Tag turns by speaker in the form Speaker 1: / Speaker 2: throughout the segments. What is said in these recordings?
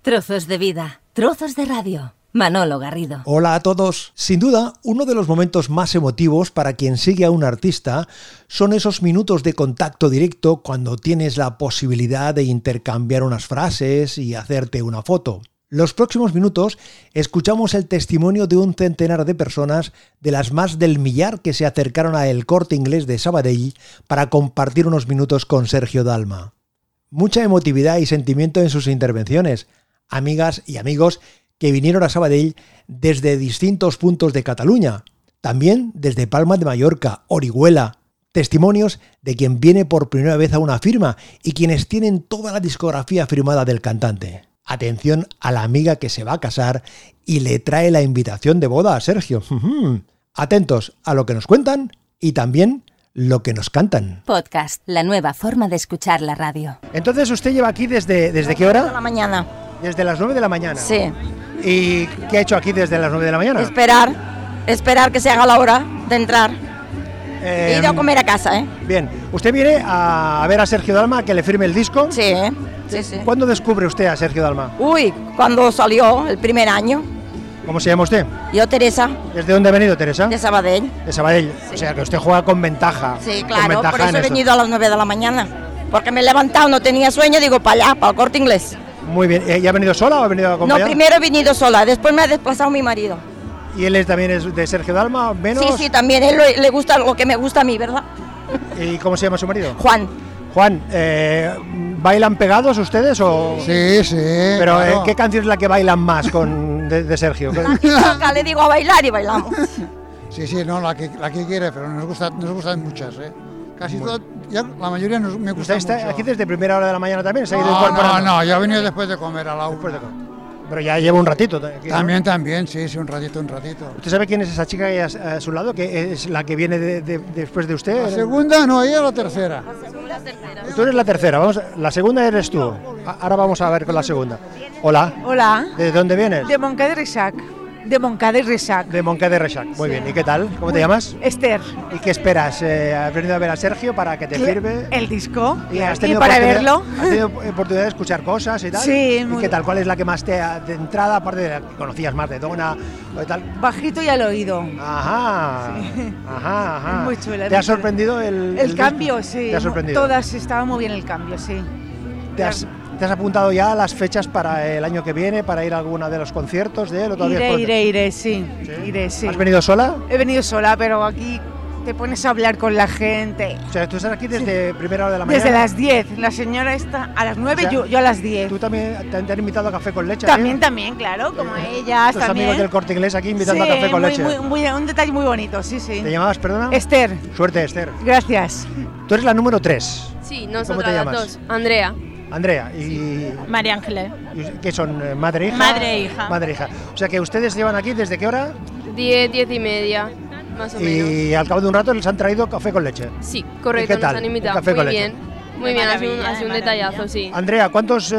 Speaker 1: Trozos de vida, trozos de radio. Manolo Garrido.
Speaker 2: Hola a todos. Sin duda, uno de los momentos más emotivos para quien sigue a un artista son esos minutos de contacto directo cuando tienes la posibilidad de intercambiar unas frases y hacerte una foto. Los próximos minutos escuchamos el testimonio de un centenar de personas, de las más del millar que se acercaron a El Corte Inglés de Sabadell para compartir unos minutos con Sergio Dalma. Mucha emotividad y sentimiento en sus intervenciones. Amigas y amigos que vinieron a Sabadell desde distintos puntos de Cataluña, también desde Palma de Mallorca, Orihuela, testimonios de quien viene por primera vez a una firma y quienes tienen toda la discografía firmada del cantante. Atención a la amiga que se va a casar y le trae la invitación de boda a Sergio. Atentos a lo que nos cuentan y también lo que nos cantan.
Speaker 1: Podcast, la nueva forma de escuchar la radio.
Speaker 2: Entonces usted lleva aquí desde, ¿desde qué
Speaker 3: A la
Speaker 2: hora?
Speaker 3: mañana.
Speaker 2: Desde las 9 de la mañana.
Speaker 3: Sí.
Speaker 2: ¿Y qué ha hecho aquí desde las 9 de la mañana?
Speaker 3: Esperar, esperar que se haga la hora de entrar. He
Speaker 2: Eh,
Speaker 3: ido a comer a casa, ¿eh?
Speaker 2: Bien, usted viene a ver a Sergio Dalma que le firme el disco.
Speaker 3: Sí, ¿eh? Sí, sí.
Speaker 2: ¿Cuándo descubre usted a Sergio Dalma?
Speaker 3: Uy, cuando salió el primer año,
Speaker 2: ¿Cómo se llama usted?
Speaker 3: yo Teresa
Speaker 2: ¿Desde dónde ha venido Teresa?
Speaker 3: de Sabadell.
Speaker 2: De Sabadell. O sea que usted juega con ventaja.
Speaker 3: Sí,
Speaker 2: con
Speaker 3: claro,
Speaker 2: ventaja
Speaker 3: por eso
Speaker 2: en
Speaker 3: he
Speaker 2: esto.
Speaker 3: venido a las 9 de la mañana. Porque me he levantado, no tenía sueño, digo, para allá, para el corte inglés.
Speaker 2: Muy bien. Eh, ¿Y ha venido sola o ha venido
Speaker 3: No,
Speaker 2: acompañada?
Speaker 3: primero he venido sola, después me ha desplazado mi marido.
Speaker 2: ¿Y él es- también es de Sergio Dalma? ¿Menos?
Speaker 3: Sí, sí, también él lo- le gusta lo que me gusta a mí, ¿verdad?
Speaker 2: ¿Y cómo se llama su marido?
Speaker 3: Juan,
Speaker 2: Juan, eh, ¿bailan pegados ustedes o...?
Speaker 4: Sí, sí.
Speaker 2: Pero eh,
Speaker 4: claro.
Speaker 2: ¿qué canción es la que bailan más con, de, de Sergio?
Speaker 3: acá le digo a bailar y bailamos.
Speaker 4: Sí, sí, no, la que, la que quiere, pero nos, gusta, nos gustan muchas, ¿eh? Casi todas, ya la mayoría nos, me gusta
Speaker 2: ¿Usted Pues está
Speaker 4: mucho.
Speaker 2: aquí desde primera hora de la mañana también? ¿Se ha ido
Speaker 4: no, no,
Speaker 2: incorporando?
Speaker 4: no, yo he venido después de comer a la una.
Speaker 2: Después de comer. Pero ya lleva un ratito. aquí, ¿no?
Speaker 4: También, también, sí, sí, un ratito, un ratito.
Speaker 2: ¿Usted sabe quién es esa chica que hay a, a su lado, que es la que viene de- de- después de
Speaker 4: La
Speaker 2: usted?
Speaker 4: segunda, no, ella es la tercera.
Speaker 2: Tú eres la tercera, vamos, a- la segunda eres tú. A- Ahora vamos a ver con la segunda. Hola,
Speaker 5: Hola,
Speaker 2: ¿de dónde vienes?
Speaker 5: de Moncada y Resac. De Moncada y Resac.
Speaker 2: De Moncada de Resac. Muy bien, ¿y qué tal? ¿Cómo te llamas?
Speaker 5: Esther.
Speaker 2: ¿Y qué esperas? Eh, ¿Has venido a ver a Sergio para que te firme?
Speaker 5: El disco.
Speaker 2: ¿Y, has
Speaker 5: Y
Speaker 2: tenido
Speaker 5: para
Speaker 2: oportunidad-
Speaker 5: verlo.
Speaker 2: ¿Has tenido oportunidad de escuchar cosas y tal?
Speaker 5: Sí,
Speaker 2: ¿Y
Speaker 5: muy
Speaker 2: qué
Speaker 5: bien.
Speaker 2: tal? ¿Cuál es la que más te ha, de entrada, aparte de la que conocías más de Dona o de tal?
Speaker 5: Bajito y al oído.
Speaker 2: Ajá, ajá, ajá.
Speaker 5: Es muy chula, es
Speaker 2: ¿Te
Speaker 5: muy
Speaker 2: ha
Speaker 5: chula.
Speaker 2: sorprendido el,
Speaker 5: El,
Speaker 2: el
Speaker 5: cambio,
Speaker 2: disco?
Speaker 5: sí.
Speaker 2: ¿Te ha
Speaker 5: mu-
Speaker 2: sorprendido?
Speaker 5: Todas estaban muy bien el cambio, sí.
Speaker 2: ¿Te has, te has apuntado ya a las fechas para el año que viene, para ir a alguno de los conciertos de él o todavía es
Speaker 5: Iré,
Speaker 2: pronto?
Speaker 5: iré, iré, sí.
Speaker 2: ¿Sí?
Speaker 5: Iré, sí.
Speaker 2: ¿Has venido sola?
Speaker 5: He venido sola, pero aquí te pones a hablar con la gente.
Speaker 2: O sea, tú estás aquí desde primera hora de la mañana.
Speaker 5: Desde las 10. La señora está a las 9,
Speaker 2: O sea,
Speaker 5: yo, yo a las 10.
Speaker 2: ¿Tú también te, te han invitado a café con leche?
Speaker 5: También,
Speaker 2: te
Speaker 5: también, claro, como ellas,
Speaker 2: Tus
Speaker 5: también.
Speaker 2: amigos del corte inglés aquí invitando
Speaker 5: Sí,
Speaker 2: a café con
Speaker 5: muy-
Speaker 2: leche.
Speaker 5: muy- muy- un detalle muy bonito, sí, sí.
Speaker 2: ¿Te llamabas, perdona?
Speaker 5: Esther,
Speaker 2: Suerte, Esther.
Speaker 5: gracias.
Speaker 2: Tú eres la número 3,
Speaker 6: Sí,
Speaker 2: ¿Cómo te
Speaker 6: nosotras las
Speaker 2: llamas?
Speaker 6: dos. Andrea.
Speaker 2: Andrea. ¿Y,
Speaker 7: María Ángeles,
Speaker 2: y qué son? eh, ¿Madre e hija?
Speaker 7: Madre e hija.
Speaker 2: Madre e hija. O sea que ustedes llevan aquí desde qué hora
Speaker 6: 10, 10 y media, más o menos.
Speaker 2: y al cabo de un rato les han traído café con leche.
Speaker 6: Sí,
Speaker 2: ¿Y qué
Speaker 6: correcto,
Speaker 2: tal?
Speaker 6: nos han
Speaker 2: Un
Speaker 6: invitado.
Speaker 2: café con
Speaker 6: Muy
Speaker 2: leche.
Speaker 6: bien. Muy bien, ha sido un,
Speaker 7: maravilla,
Speaker 6: ha sido un
Speaker 7: de maravilla.
Speaker 6: detallazo, sí.
Speaker 2: Andrea, ¿cuántas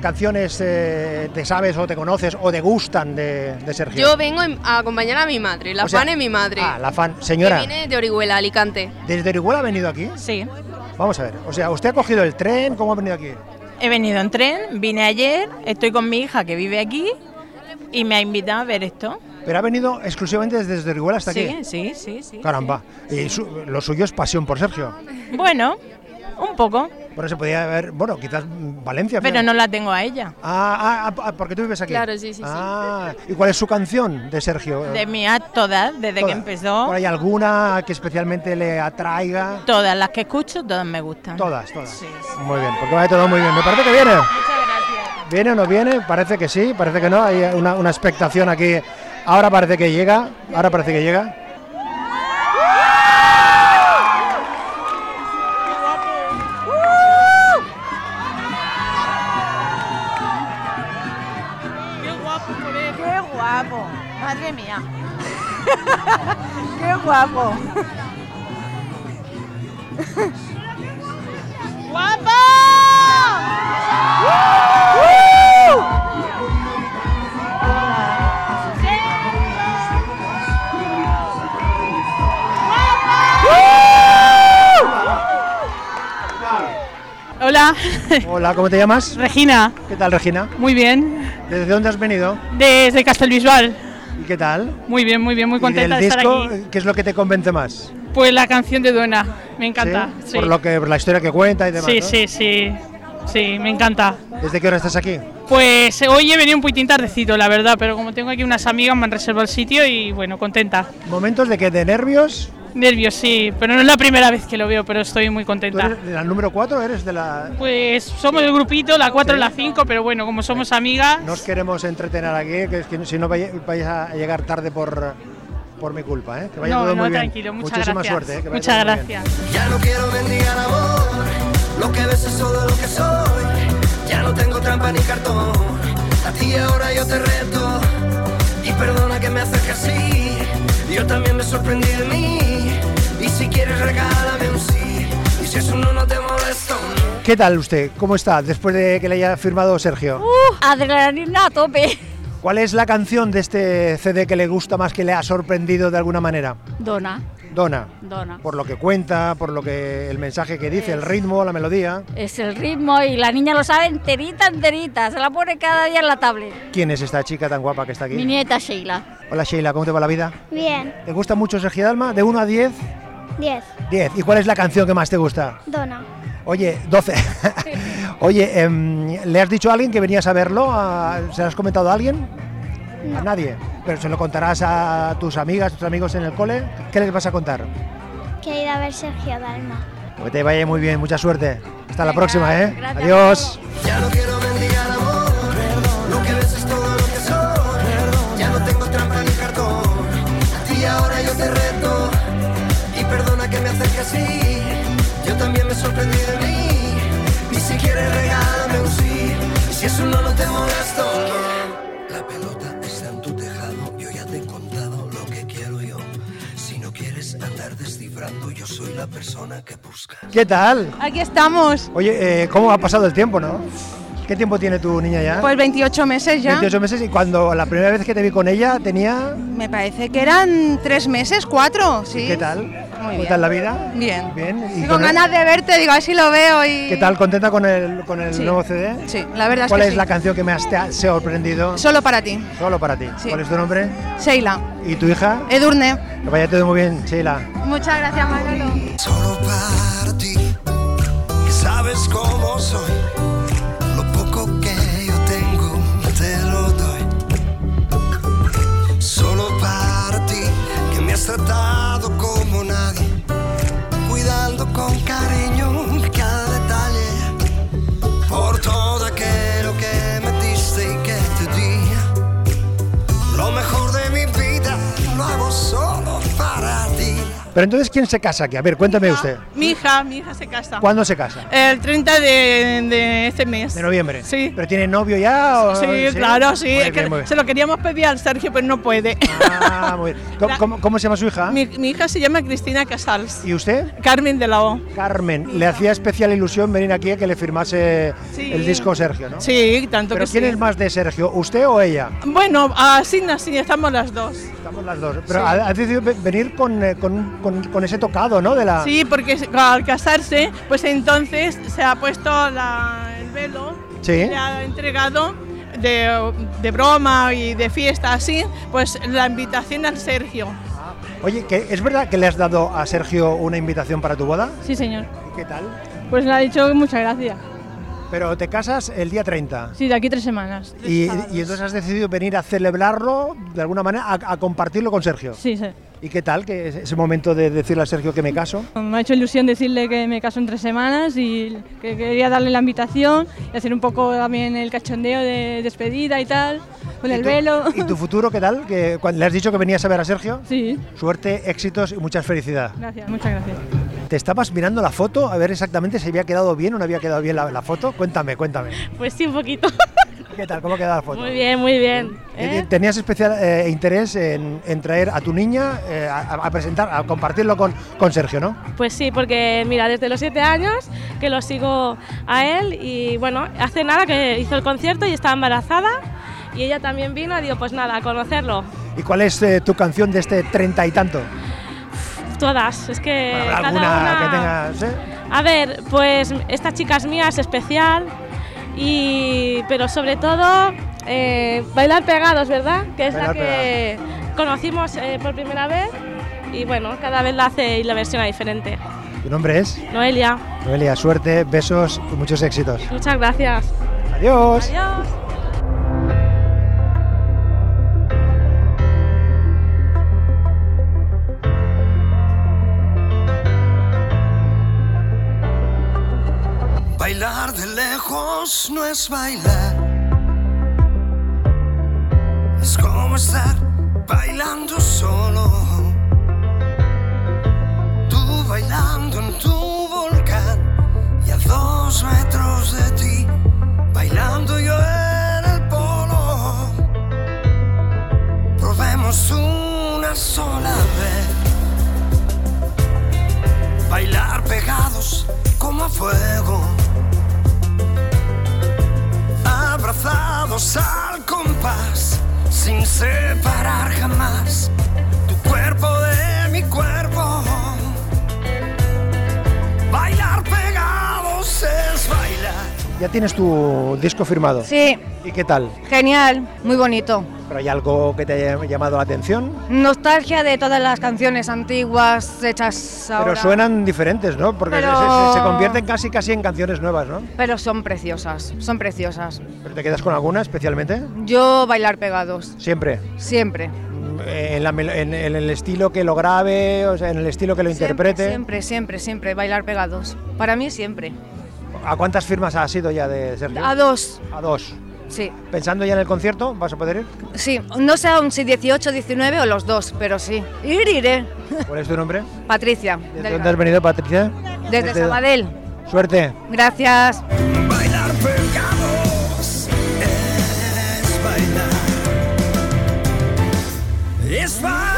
Speaker 2: canciones eh, te sabes o te conoces o te gustan de, de Sergio?
Speaker 6: Yo vengo en- a acompañar a mi madre, la
Speaker 2: O sea-
Speaker 6: fan es mi madre.
Speaker 2: Ah, la fan. Señora,
Speaker 6: Que viene de Orihuela, Alicante.
Speaker 2: ¿desde Orihuela ha venido aquí?
Speaker 7: sí.
Speaker 2: Vamos a ver. O sea, ¿usted ha cogido el tren? ¿Cómo ha venido aquí?
Speaker 7: He venido en tren, vine ayer, estoy con mi hija que vive aquí y me ha invitado a ver esto.
Speaker 2: ¿Pero ha venido exclusivamente desde Orihuela hasta
Speaker 7: Sí,
Speaker 2: aquí?
Speaker 7: sí, sí, sí.
Speaker 2: Caramba. Y su- lo suyo es pasión por Sergio.
Speaker 7: Bueno, un poco,
Speaker 2: Bueno, se podía haber, bueno, quizás mm, Valencia.
Speaker 7: pero
Speaker 2: fíjate.
Speaker 7: no la tengo a ella.
Speaker 2: Ah, ah, ah, ah, porque tú vives aquí.
Speaker 6: Claro, sí, sí, sí.
Speaker 2: Ah, ¿y cuál es su canción de Sergio? Eh,
Speaker 7: De mi a todas, desde
Speaker 2: Todas.
Speaker 7: que empezó,
Speaker 2: ¿Por ahí alguna que especialmente le atraiga?
Speaker 7: todas las que escucho, todas me gustan.
Speaker 2: Todas, todas.
Speaker 7: Sí,
Speaker 2: Muy bien, porque va todo muy bien. Me parece que viene. ¿Viene o no viene? Parece que sí, parece que no. Hay una, una expectación aquí. Ahora parece que llega. Ahora parece que llega.
Speaker 5: ¡Qué guapo! ¡Madre mía! ¡Qué guapo! ¡Guapo!
Speaker 7: Hola.
Speaker 8: Hola,
Speaker 2: Hola, ¿cómo te llamas?
Speaker 8: Regina.
Speaker 2: ¿Qué tal, Regina?
Speaker 8: Muy bien.
Speaker 2: ¿Desde dónde has venido?
Speaker 8: Desde Castelvisual.
Speaker 2: ¿Y qué tal?
Speaker 8: Muy bien, muy bien, muy contenta
Speaker 2: ¿Y
Speaker 8: de estar
Speaker 2: del disco,
Speaker 8: aquí.
Speaker 2: qué es lo que te convence más?
Speaker 8: Pues la canción de Duena, me encanta.
Speaker 2: ¿Sí?
Speaker 8: Sí,
Speaker 2: Por, lo que, por la historia que cuenta y demás.
Speaker 8: sí,
Speaker 2: ¿no?
Speaker 8: sí, sí, sí, me encanta.
Speaker 2: ¿Desde qué hora estás aquí?
Speaker 8: Pues eh, hoy he venido un poquitín tardecito, la verdad, pero como tengo aquí unas amigas me han reservado el sitio y bueno, contenta.
Speaker 2: ¿Momentos de que ¿De nervios?
Speaker 8: Nervios, sí, pero no es la primera vez que lo veo, pero estoy muy
Speaker 2: ¿Tú
Speaker 8: contenta.
Speaker 2: eres de la número 4? ¿Eres de la...?
Speaker 8: Pues somos el grupito, la 4 y la 5, pero bueno, como somos amigas,
Speaker 2: No os queremos entretener aquí, que, es que si no vaya- vais a llegar tarde por, por mi culpa, ¿eh? Que vaya
Speaker 8: no,
Speaker 2: todo
Speaker 8: no,
Speaker 2: muy bien.
Speaker 8: tranquilo, muchas
Speaker 2: Muchísima
Speaker 8: gracias.
Speaker 2: suerte, ¿eh? Que vaya
Speaker 8: muchas
Speaker 2: todo muy bien.
Speaker 8: gracias.
Speaker 9: Ya no quiero mendigar amor, lo que ves es solo lo que soy. Ya no tengo trampa ni cartón, a ti ahora yo te reto. Y perdona que me acerque así, yo también me sorprendí de mí. Y si quieres regálame un sí, y si es un no, no te molesto. no.
Speaker 2: ¿Qué tal usted? ¿Cómo está después de que le haya firmado Sergio?
Speaker 8: Uh.
Speaker 10: Adrenalina a tope.
Speaker 2: ¿Cuál es la canción de este CD que le gusta más, que le ha sorprendido de alguna manera?
Speaker 11: Dona,
Speaker 2: Dona.
Speaker 11: dona.
Speaker 2: Por lo que cuenta, por lo que el mensaje que dice, el ritmo, la melodía.
Speaker 11: Es el ritmo y la niña lo sabe enterita, enterita. Se la pone cada día en la tablet.
Speaker 2: ¿Quién es esta chica tan guapa que está
Speaker 11: Mi
Speaker 2: aquí?
Speaker 11: nieta Sheila.
Speaker 2: Hola Sheila, ¿cómo te va la vida?
Speaker 12: Bien,
Speaker 2: ¿Te gusta mucho Sergio Dalma? ¿De 1 a 10?
Speaker 12: 10.
Speaker 2: 10. ¿Y cuál es la canción que más te gusta?
Speaker 12: Dona.
Speaker 2: Oye, 12. Oye, em, ¿le has dicho a alguien que venías a verlo? ¿A- ¿Se lo has comentado a alguien? A nadie. Pero se lo contarás a tus amigas, tus amigos en el cole. ¿Qué les vas a contar?
Speaker 12: Que he ido a ver Sergio Dalma.
Speaker 2: Que te vaya muy bien, mucha suerte. Hasta la
Speaker 11: Venga,
Speaker 2: próxima, ¿eh?
Speaker 11: gracias.
Speaker 2: Adiós.
Speaker 9: Ya no quiero mendigar amor, lo que ves es todo lo que soy. Ya no tengo trampa ni cartón, a ti ahora yo te reto. Y perdona que me acerque así, yo también me sorprendí de mí. Ni siquiera regálame un sí, y si es un no, no te molesto. La pelota está en tu tejado, yo ya te he contado lo que quiero yo. Si no quieres andar descifrando, yo soy la persona que buscas.
Speaker 2: ¿Qué tal?
Speaker 6: Aquí estamos.
Speaker 2: Oye, eh, ¿cómo ha pasado el tiempo, no? ¿Qué tiempo tiene tu niña ya?
Speaker 6: Pues 28 meses ya.
Speaker 2: 28 meses y cuando la primera vez que te vi con ella tenía...
Speaker 6: Me parece que eran tres meses, cuatro, sí.
Speaker 2: ¿Qué tal?
Speaker 6: Muy
Speaker 2: ¿Qué
Speaker 6: bien.
Speaker 2: tal la vida?
Speaker 6: Bien.
Speaker 2: Bien. ¿Y
Speaker 6: Estoy
Speaker 2: con
Speaker 6: con
Speaker 2: el-
Speaker 6: ganas de verte, digo, así lo veo y...
Speaker 2: ¿Qué tal? ¿Contenta con el, con el
Speaker 6: Sí.
Speaker 2: nuevo CD?
Speaker 6: Sí, la verdad es
Speaker 2: ¿Cuál
Speaker 6: que
Speaker 2: es
Speaker 6: sí.
Speaker 2: la canción que más te ha sorprendido?
Speaker 6: Solo para ti,
Speaker 2: Solo para ti.
Speaker 6: Sí. Eh.
Speaker 2: ¿Cuál es tu nombre?
Speaker 6: Sheila.
Speaker 2: ¿Y tu hija?
Speaker 6: Edurne.
Speaker 2: Que vaya todo muy bien, Sheila.
Speaker 6: Muchas gracias, Manolo.
Speaker 9: Solo para ti, que sabes cómo soy. Lo poco que yo tengo, te lo doy. Solo para ti, que me has tratado como nadie. Cuidando con cariño cada detalle. Por todo aquello que me diste y que te di. Lo mejor de mi vida lo hago solo para ti.
Speaker 2: Pero entonces, ¿quién se casa aquí? A ver, cuéntame usted.
Speaker 13: Mi hija, mi hija se casa.
Speaker 2: ¿Cuándo se casa?
Speaker 13: El 30 de, de este mes.
Speaker 2: De noviembre.
Speaker 13: Sí.
Speaker 2: ¿Pero tiene novio ya? o-
Speaker 13: Sí, claro, sí.
Speaker 2: Muy
Speaker 13: es
Speaker 2: bien,
Speaker 13: que
Speaker 2: muy bien.
Speaker 13: se lo queríamos pedir al Sergio, pero no puede.
Speaker 2: Ah, muy bien. ¿Cómo-
Speaker 13: La-
Speaker 2: ¿Cómo, cómo se llama su hija?
Speaker 13: Mi, mi hija se llama Cristina Casals.
Speaker 2: Ah. ¿Y usted?
Speaker 13: Carmen de la O.
Speaker 2: Carmen, le hacía especial ilusión venir aquí a que le firmase
Speaker 13: Sí.
Speaker 2: el disco Sergio, ¿no?
Speaker 13: Sí, tanto
Speaker 2: ¿Pero
Speaker 13: que
Speaker 2: quién
Speaker 13: sí.
Speaker 2: es más de Sergio, usted o ella?
Speaker 13: Bueno, así, así estamos las dos.
Speaker 2: Estamos las dos. Pero ha- has decidido ve- venir con, eh, con- con- con ese tocado, ¿no? De la...
Speaker 13: Sí, porque se- al casarse, pues entonces se ha puesto la- el velo,
Speaker 2: Sí.
Speaker 13: le ha entregado de, de broma y de fiesta así, pues la invitación al Sergio.
Speaker 2: Oye, ¿que ¿es verdad que le has dado a Sergio una invitación para tu boda?
Speaker 13: Sí, señor.
Speaker 2: ¿Y ¿Qué tal?
Speaker 13: Pues le ha dicho muchas gracias.
Speaker 2: Pero te casas el día 30.
Speaker 13: Sí, de aquí tres semanas.
Speaker 2: Y, y entonces has decidido venir a celebrarlo, de alguna manera, a, a compartirlo con Sergio.
Speaker 13: Sí, sí.
Speaker 2: ¿Y qué tal que es- ese momento de decirle a Sergio que me caso?
Speaker 13: Me ha hecho ilusión decirle que me caso en tres semanas y que quería darle la invitación y hacer un poco también el cachondeo de despedida y tal, con
Speaker 2: ¿Y
Speaker 13: el
Speaker 2: tú-
Speaker 13: velo.
Speaker 2: ¿Y tu futuro qué tal? ¿Que, cuan- ¿Le has dicho que venías a ver a Sergio?
Speaker 13: Sí,
Speaker 2: Suerte, éxitos y mucha felicidad.
Speaker 13: gracias, muchas gracias.
Speaker 2: ¿Te estabas mirando la foto a ver exactamente si había quedado bien o no había quedado bien la, la foto? Cuéntame, cuéntame.
Speaker 11: Pues sí, un poquito.
Speaker 2: ¿Qué tal? ¿Cómo ha quedado la foto?
Speaker 11: bien, muy bien.
Speaker 2: Eh, ¿Tenías especial eh, interés en, en traer a tu niña eh, a, a presentar, a compartirlo con, con Sergio, no?
Speaker 11: Pues sí, porque mira, desde los siete años que lo sigo a él y bueno, hace nada que hizo el concierto y estaba embarazada y ella también vino y digo, pues nada, a conocerlo.
Speaker 2: ¿Y cuál es eh, tu canción de este treinta y tanto?
Speaker 11: Todas, es que
Speaker 2: Bueno, ¿habrá
Speaker 11: Eh, cada
Speaker 2: alguna
Speaker 11: una-
Speaker 2: que tengas? eh?
Speaker 11: A ver, pues esta chica es mía, es especial, y, pero sobre todo
Speaker 13: Ah,
Speaker 11: eh, bailar pegados, ¿verdad? Que es la
Speaker 2: Bailar
Speaker 11: que conocimos eh, por primera vez y bueno, cada vez la hace y la versiona diferente.
Speaker 2: Tu nombre es
Speaker 11: Noelia,
Speaker 2: Noelia. Suerte, besos y muchos éxitos.
Speaker 11: muchas gracias.
Speaker 2: Adiós.
Speaker 11: Adiós.
Speaker 9: Bailar de lejos no es bailar. Es como estar bailando solo. Tú bailando en tu volcán y a dos metros de ti bailando yo en el polo. Probemos una sola vez. Bailar pegados como a fuego. Abrazados al compás, sin separar jamás tu cuerpo de mi cuerpo. Bailar pegados es bailar.
Speaker 2: Ya tienes tu disco firmado.
Speaker 14: Sí,
Speaker 2: ¿Y qué tal?
Speaker 14: genial, muy bonito.
Speaker 2: ¿Pero hay algo que te haya llamado la atención?
Speaker 14: Nostalgia de todas las canciones antiguas hechas ahora.
Speaker 2: Pero suenan diferentes, ¿no? Porque se-
Speaker 14: Pero-
Speaker 2: se, se convierten casi casi en canciones nuevas, ¿no?
Speaker 14: Pero son preciosas, son preciosas.
Speaker 2: ¿Pero te quedas con alguna especialmente?
Speaker 14: Yo bailar pegados,
Speaker 2: Siempre.
Speaker 14: siempre.
Speaker 2: En, la mel- en- en el estilo que lo grabe, o sea, en el estilo que lo interprete.
Speaker 14: Siempre, siempre, siempre, bailar pegados. Para mí siempre.
Speaker 2: ¿A cuántas firmas has ido ya de Sergio?
Speaker 14: A dos,
Speaker 2: A dos.
Speaker 14: sí.
Speaker 2: ¿Pensando ya en el concierto? ¿Vas a poder ir?
Speaker 14: Sí, no sé aún si 18, 19 o los dos, pero sí. Ir, iré.
Speaker 2: ¿Cuál es tu nombre?
Speaker 14: Patricia.
Speaker 2: ¿De
Speaker 14: del
Speaker 2: dónde has venido, Patricia?
Speaker 14: Gra- Desde Sabadell.
Speaker 2: Suerte.
Speaker 14: Gracias.
Speaker 9: Bailar pegados es bailar. Es bailar.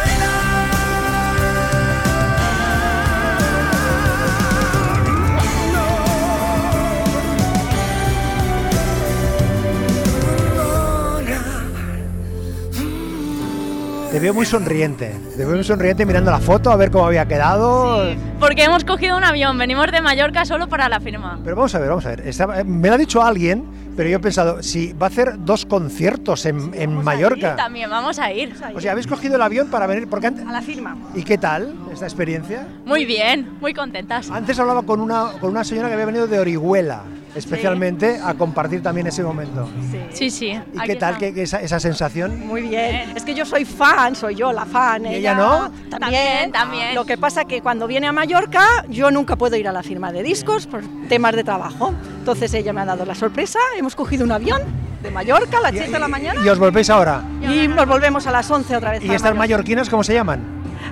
Speaker 2: Te veo muy sonriente. Te veo muy sonriente mirando la foto a ver cómo había quedado.
Speaker 15: Porque hemos cogido un avión, venimos de Mallorca solo para la firma.
Speaker 2: Pero vamos a ver, vamos a ver. Estaba- eh, me lo ha dicho alguien, pero yo he pensado, si va a hacer dos conciertos en, en Mallorca.
Speaker 15: También vamos a ir.
Speaker 2: O sea, habéis cogido el avión para venir porque antes...
Speaker 14: A la firma.
Speaker 2: ¿Y qué tal esta experiencia?
Speaker 15: Muy bien, muy contentas.
Speaker 2: Antes hablaba con una, con una señora que había venido de Orihuela, especialmente a compartir también ese momento.
Speaker 15: Sí, sí.
Speaker 2: ¿Y qué tal que, que esa, esa sensación?
Speaker 6: Muy bien. Es que yo soy fan, soy yo la fan.
Speaker 2: ¿Y ella no?
Speaker 6: También, también. Lo que pasa que cuando viene a Mallorca yo nunca puedo ir a la firma de discos por temas de trabajo. Entonces ella me ha dado la sorpresa, hemos cogido un avión de Mallorca a las 6 de la mañana
Speaker 2: ¿Y os volvéis ahora?
Speaker 6: y nos volvemos a las 11 otra vez.
Speaker 2: ¿Y
Speaker 6: para
Speaker 2: estas
Speaker 6: Mallorca.
Speaker 2: mallorquinas cómo se llaman?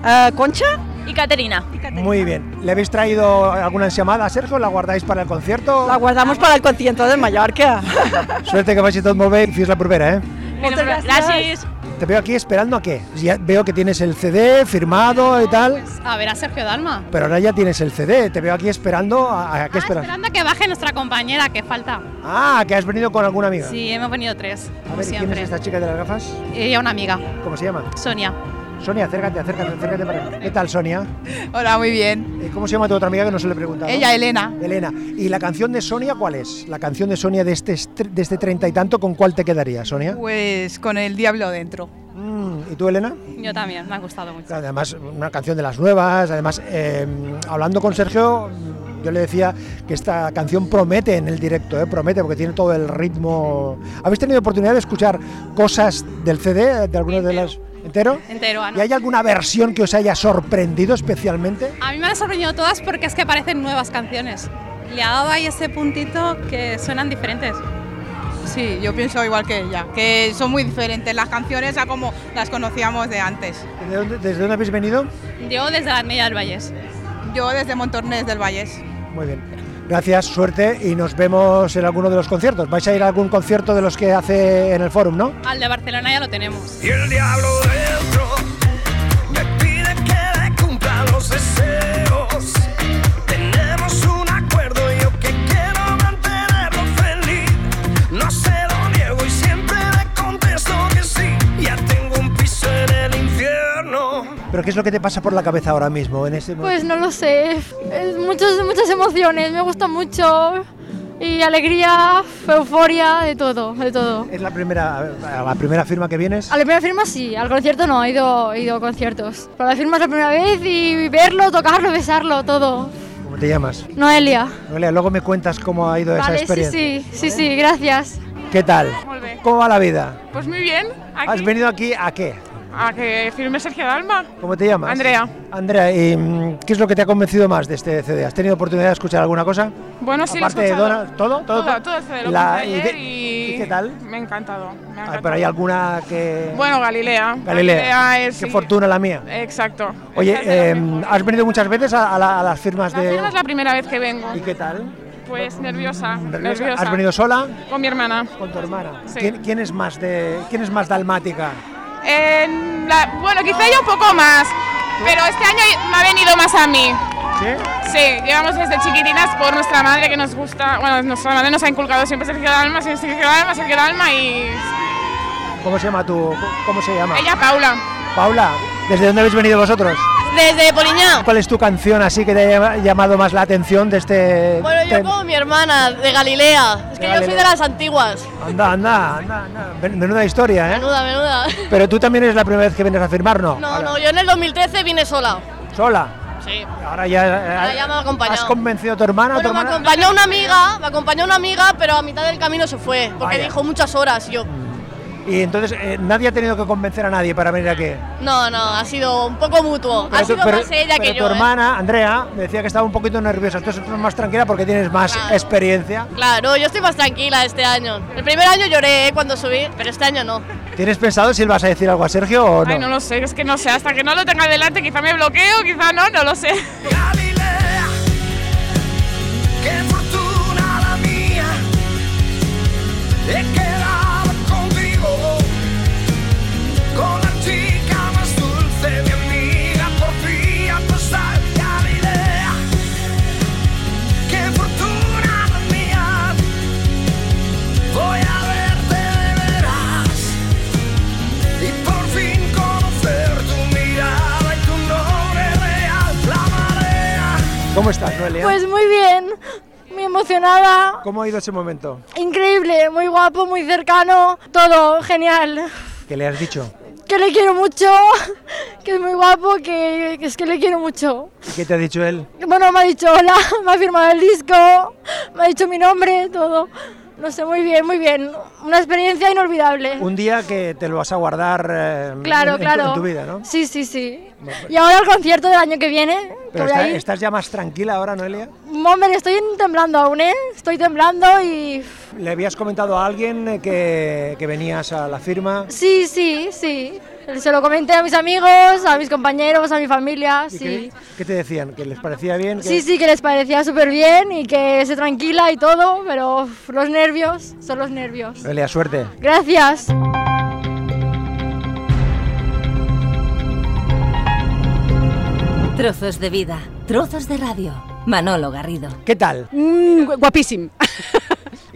Speaker 6: Eh, ¿Concha?
Speaker 15: Y Caterina.
Speaker 2: Muy bien. ¿Le habéis traído alguna ensamada a Sergio? ¿La guardáis para el concierto?
Speaker 6: La guardamos para el concierto de Mallorca.
Speaker 2: Suerte que vais a tot molt bé i fins la propera, eh?
Speaker 6: Muchas gracias.
Speaker 2: Te veo aquí esperando a qué. Ya veo que tienes el CD firmado y tal,
Speaker 6: Pues
Speaker 16: A ver a Sergio Dalma. Ah,
Speaker 2: pero ahora ya tienes el CD. Te veo aquí esperando a,
Speaker 6: Ah,
Speaker 2: a qué esperas.
Speaker 16: Esperando a que baje nuestra compañera, que falta.
Speaker 2: Ah, que has venido con alguna amiga.
Speaker 16: Sí, hemos venido tres,
Speaker 2: A
Speaker 16: como
Speaker 2: ver, ¿y ¿quién es
Speaker 16: siempre.
Speaker 2: esta chica de las gafas?
Speaker 16: Ella una amiga,
Speaker 2: ¿Cómo se llama?
Speaker 16: Sonia.
Speaker 2: Sonia, acércate, acércate, acércate para acá. ¿Qué tal, Sonia?
Speaker 17: Hola, muy bien.
Speaker 2: Eh, ¿Cómo se llama tu otra amiga que no se le pregunta?
Speaker 17: Ella, Elena.
Speaker 2: Elena. ¿Y la canción de Sonia cuál es? La canción de Sonia de este, estr- de este treinta y tanto, ¿con cuál te quedaría, Sonia? Mm,
Speaker 17: Pues con el diablo dentro.
Speaker 2: ¿Y tú, Elena?
Speaker 16: Yo también, me ha gustado mucho.
Speaker 2: Además, una canción de las nuevas. Además, eh, hablando con Sergio, yo le decía que esta canción promete en el directo, eh, promete, porque tiene todo el ritmo. ¿Habéis tenido oportunidad de escuchar cosas del CD, de algunas de las. ¿Entero?
Speaker 16: Entero, Ana.
Speaker 2: ¿Y hay alguna versión que os haya sorprendido especialmente?
Speaker 16: A mí me han sorprendido todas porque es que parecen nuevas canciones. Le ha dado ahí ese puntito que suenan diferentes.
Speaker 17: Sí, yo pienso igual que ella, que son muy diferentes las canciones a como las conocíamos de antes.
Speaker 2: ¿De dónde- ¿Desde dónde habéis venido?
Speaker 16: Yo desde la media del Valles.
Speaker 17: Yo desde Montornés del Valles.
Speaker 2: Muy bien. Gracias, suerte y nos vemos en alguno de los conciertos. ¿Vais a ir a algún concierto de los que hace en el Fórum, no?
Speaker 16: Al de Barcelona ya lo tenemos.
Speaker 9: Y el diablo dentro me pide que le cumpla los deseos. Tenemos un acuerdo, yo que quiero mantenerlo feliz. No se lo niego y siempre le contesto que sí. Ya tengo un piso en el infierno.
Speaker 2: Pero ¿qué es lo que te pasa por la cabeza ahora mismo? En este
Speaker 10: Pues no lo sé, es muchos- muchas emociones, me gusta mucho. Y alegría, euforia, de todo, de todo.
Speaker 2: ¿Es la primera, a la primera firma que vienes?
Speaker 10: A la primera firma sí, al concierto no, he ido, he ido a conciertos. Pero a la firma es la primera vez y verlo, tocarlo, besarlo, todo.
Speaker 2: ¿Cómo te llamas?
Speaker 10: Noelia.
Speaker 2: Noelia, luego me cuentas cómo ha ido esa
Speaker 10: Vale, sí,
Speaker 2: experiencia.
Speaker 10: sí, sí, sí, gracias.
Speaker 2: ¿Qué tal?
Speaker 18: Molt bé.
Speaker 2: ¿Cómo va la vida?
Speaker 18: Pues muy bien. Aquí,
Speaker 2: ¿Has venido aquí a qué?
Speaker 18: A que firme Sergio Dalma.
Speaker 2: ¿Cómo te llamas?
Speaker 18: Andrea.
Speaker 2: Andrea, ¿y mm, qué es lo que te ha convencido más de este CD? ¿Has tenido oportunidad de escuchar alguna cosa?
Speaker 18: Bueno, Ah, sí,
Speaker 2: Aparte
Speaker 18: lo he
Speaker 2: de
Speaker 18: escuchado.
Speaker 2: Donald, ¿todo? ¿Todo?
Speaker 18: Todo, todo este de lo
Speaker 2: La-
Speaker 18: compré
Speaker 2: y
Speaker 18: ayer
Speaker 2: de-
Speaker 18: y,
Speaker 2: ¿y qué tal?
Speaker 18: Me ha encantado. me ha
Speaker 2: Ah,
Speaker 18: encantado.
Speaker 2: pero hay alguna que...
Speaker 18: Bueno, Galilea.
Speaker 2: Galilea.
Speaker 19: eh,
Speaker 18: es...
Speaker 2: Qué
Speaker 18: sí,
Speaker 2: fortuna la mía.
Speaker 18: Exacto.
Speaker 2: Oye,
Speaker 18: Esa es de las
Speaker 2: eh, ¿has venido muchas veces a, a la- a las firmas
Speaker 18: La
Speaker 2: de...?
Speaker 18: cena es la primera vez que vengo. ¿Y
Speaker 2: qué tal?
Speaker 18: Pues nerviosa, nerviosa.
Speaker 2: ¿Has venido sola?
Speaker 18: Con mi hermana.
Speaker 2: Con tu hermana.
Speaker 18: Sí.
Speaker 2: ¿Quién, quién es más de, quién es más dalmática?
Speaker 18: En la- bueno, quizá yo un poco más, pero este año me ha venido más a mí.
Speaker 2: ¿Sí?
Speaker 18: Sí, llevamos desde chiquitinas por nuestra madre que nos gusta, bueno, nuestra madre nos ha inculcado siempre Sergio Dalma, Sergio Dalma, Sergio Dalma y
Speaker 2: ¿Cómo se llama tu, cómo se llama?
Speaker 18: ella Paula.
Speaker 2: Paula, ¿desde dónde habéis venido vosotros?
Speaker 19: Desde Poliña.
Speaker 2: ¿Cuál es tu canción así que te ha llamado más la atención de este?
Speaker 19: Bueno, yo
Speaker 2: ten-
Speaker 19: como mi hermana, de Galilea. Es que
Speaker 2: De
Speaker 19: yo soy
Speaker 2: Galilea. ¿Eh?
Speaker 19: de las antiguas.
Speaker 2: Anda, anda, anda, anda. Men- Menuda historia, ¿eh?
Speaker 19: Menuda, menuda.
Speaker 2: Pero tú también eres la primera vez que vienes a firmar, ¿no?
Speaker 19: No,
Speaker 2: Ahora,
Speaker 19: no, yo en el 2013 vine sola.
Speaker 2: Sola.
Speaker 19: Sí.
Speaker 2: Ahora ya. eh,
Speaker 19: Ahora ya me ha acompañado.
Speaker 2: ¿Has convencido a tu hermana?
Speaker 19: Bueno,
Speaker 2: tu
Speaker 19: me
Speaker 2: hermana?
Speaker 19: acompañó una amiga, me acompañó una amiga, pero a mitad del camino se fue, porque
Speaker 2: Vaya. Mm.
Speaker 19: dijo muchas horas. y yo,
Speaker 2: Y entonces eh, nadie ha tenido que convencer a nadie para venir aquí.
Speaker 19: no, no, ha sido un poco mutuo. ha
Speaker 2: Pero tú-
Speaker 19: sido
Speaker 2: pero-
Speaker 19: más ella
Speaker 2: pero
Speaker 19: que yo.
Speaker 2: Tu
Speaker 19: ¿eh?
Speaker 2: hermana, Andrea, me decía que estaba un poquito nerviosa. Tú estás más tranquila porque tienes más experiencia.
Speaker 19: Claro, yo estoy más tranquila este año. El primer año lloré ¿eh? cuando subí, pero este año no.
Speaker 2: ¿Tienes pensado si le vas a decir algo a Sergio o no?
Speaker 18: Ay, no lo sé, es que no sé, hasta que no lo tenga delante quizá me bloqueo, quizá no, no lo sé.
Speaker 9: Qué fortuna la mía, he quedado contigo, con la chica más dulce, mi amiga, por fin a pasar Galilea. Qué fortuna la mía, voy a verte de veras y por fin conocer tu mirada y tu nombre real, la marea.
Speaker 2: ¿Cómo estás, Noelia?
Speaker 10: Pues muy bien, muy emocionada,
Speaker 2: ¿Cómo ha ido ese momento?
Speaker 10: increíble, muy guapo, muy cercano, todo genial.
Speaker 2: ¿Qué le has dicho?
Speaker 10: Que le quiero mucho, que es muy guapo, que, que es que le quiero mucho.
Speaker 2: ¿Y qué te ha dicho él?
Speaker 10: Bueno, me ha dicho hola, me ha firmado el disco, me ha dicho mi nombre, todo. No sé, muy bien, muy bien. Una experiencia inolvidable.
Speaker 2: Un día que te lo vas a guardar eh, en-
Speaker 10: Claro,
Speaker 2: en, tu-
Speaker 10: claro.
Speaker 2: en tu vida, ¿no? pues-
Speaker 10: Sí, sí, sí. Y ahora el concierto del año que viene, que
Speaker 2: Pero
Speaker 10: voy
Speaker 2: está-
Speaker 10: a ir.
Speaker 2: estás ya más tranquila ahora, Noelia.
Speaker 10: Hombre, estoy temblando aún, ¿eh? Estoy temblando y...
Speaker 2: ¿Le habías comentado a alguien eh, que, que venías a la firma?
Speaker 10: Sí, sí, sí. Se lo comenté a mis amigos, a mis compañeros, a mi familia,
Speaker 2: ¿Y
Speaker 10: sí.
Speaker 2: qué, qué te decían? ¿Que les parecía bien?
Speaker 10: Sí, sí, que les parecía súper bien y que se tranquila y todo, pero uf, los nervios son los nervios.
Speaker 2: Noelia, suerte.
Speaker 10: Gracias.
Speaker 1: Trozos de vida, trozos de radio. Manolo Garrido.
Speaker 2: ¿Qué tal?
Speaker 20: Mm, gu- guapíssim.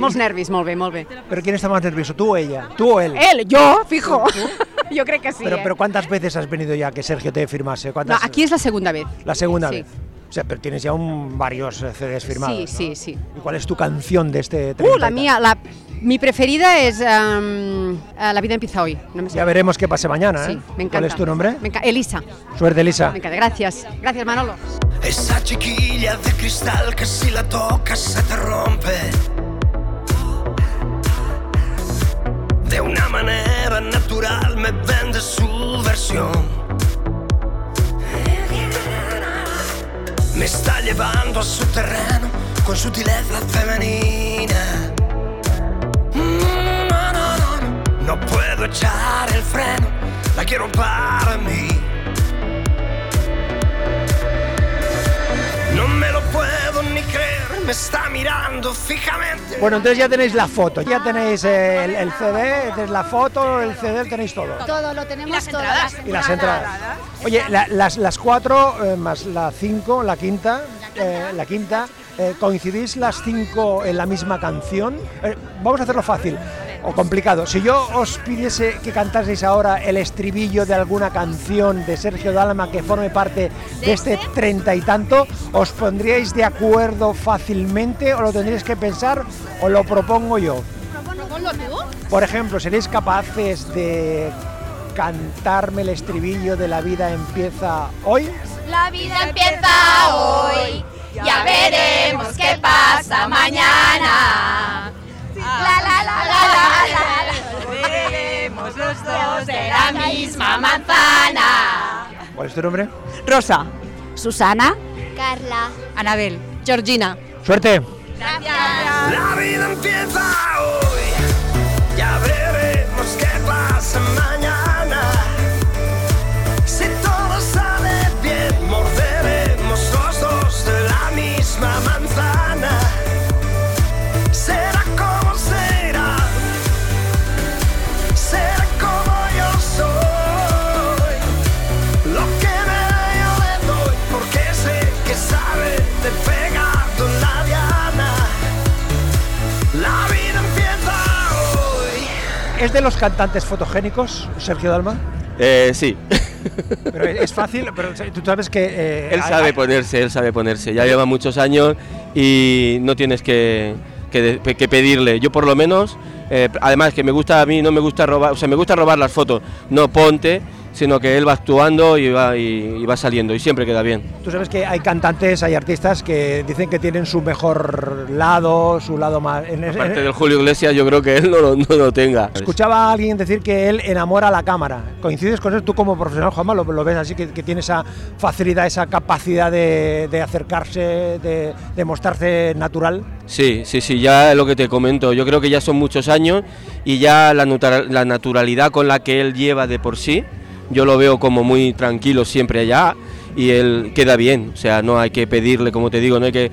Speaker 20: Molts nervis, molt bé, molt bé.
Speaker 2: ¿Pero quién está más nervioso, tú o ella? ¿Tú o él?
Speaker 20: Él, yo, fijo. Yo creo que sí.
Speaker 2: Pero,
Speaker 20: eh.
Speaker 2: pero ¿cuántas veces has venido ya que Sergio te firmase?
Speaker 20: No,
Speaker 2: ¿Cuántas?
Speaker 20: aquí es la segunda vez.
Speaker 2: La segunda
Speaker 20: Sí.
Speaker 2: vez. O sea, pero tienes ya un, varios eh, CDs firmados.
Speaker 20: Sí,
Speaker 2: ¿no?
Speaker 20: sí, sí.
Speaker 2: ¿Y cuál es tu canción de este
Speaker 20: Uh,
Speaker 2: 30?
Speaker 20: la mía, la, mi preferida es em, eh, La vida empieza hoy. No me
Speaker 2: Ya veremos qué pase mañana,
Speaker 20: Sí,
Speaker 2: ¿eh?
Speaker 20: me encanta.
Speaker 2: ¿Cuál es tu nombre?
Speaker 20: Me enca- Elisa.
Speaker 2: Suerte, Elisa.
Speaker 20: Me encanta. Gracias. Gracias, Manolo.
Speaker 9: Esa chiquilla de cristal que si la tocas se te rompe. De una manera natural me vende su versión. Me está llevando a su terreno con sutileza femenina. Mm, No, no, no, no. No puedo echar el freno, la quiero para mí. No me lo puedo ni creer, me está mirando fijamente.
Speaker 2: Bueno, entonces ya tenéis la foto, ya tenéis eh, el, el CD, tenéis la foto, el CD, tenéis todo.
Speaker 21: Todo, lo tenemos todo.
Speaker 2: Y las entradas. Oye, la- las, las cuatro eh, más la cinco, la quinta, eh, la quinta, eh, ¿coincidís las cinco en la misma canción? Eh, vamos a hacerlo fácil. O complicado. Si yo os pidiese que cantaseis ahora el estribillo de alguna canción de Sergio Dalma que forme parte de este treinta y tanto, ¿os pondríais de acuerdo fácilmente o lo tendríais que pensar o lo propongo yo?
Speaker 22: ¿Proponlo tú?
Speaker 2: Por ejemplo, ¿seréis capaces de cantarme el estribillo de La vida empieza hoy?
Speaker 9: La vida empieza hoy, ya veremos qué pasa mañana. La la la la la la. Veremos los dos de la misma manzana.
Speaker 2: ¿Cuál es tu nombre?
Speaker 21: Rosa. Susana.
Speaker 23: Carla.
Speaker 20: Anabel. Georgina.
Speaker 2: Suerte.
Speaker 9: La vida empieza hoy, ya veremos qué pasa mañana. Si todo sale bien, morderemos los dos de la misma manzana. Será como será, será como yo soy. Lo que me da yo le doy, porque sé que sabe de pegar con la diana. La vida empieza hoy.
Speaker 2: ¿Es de los cantantes fotogénicos, Sergio Dalma?
Speaker 24: Eh, sí,
Speaker 2: Pero es fácil, pero tú sabes que... eh,
Speaker 24: él
Speaker 2: hay-
Speaker 24: sabe ponerse, él sabe ponerse. Ya lleva muchos años y no tienes que, que de- que pedirle. Yo por lo menos, eh, además que me gusta a mí, no me gusta robar, o sea, me gusta robar las fotos, no ponte, sino que él va actuando y va, y- y va saliendo y siempre queda bien.
Speaker 2: Tú sabes que hay cantantes, hay artistas que dicen que tienen su mejor lado, su lado más... en- en-
Speaker 24: Aparte del Julio Iglesias, yo creo que él no lo, no lo tenga.
Speaker 2: Escuchaba a alguien decir que él enamora a la cámara. ¿Coincides con eso? Tú como profesional, Juanma, lo, lo ves así, que, que tiene esa facilidad, esa capacidad de, de acercarse, de, de mostrarse natural.
Speaker 24: Sí, sí, sí, ya lo que te comento, yo creo que ya son muchos años y ya la, nutra- la naturalidad con la que él lleva de por sí, yo lo veo como muy tranquilo siempre allá y él queda bien, o sea, no hay que pedirle, como te digo, no hay que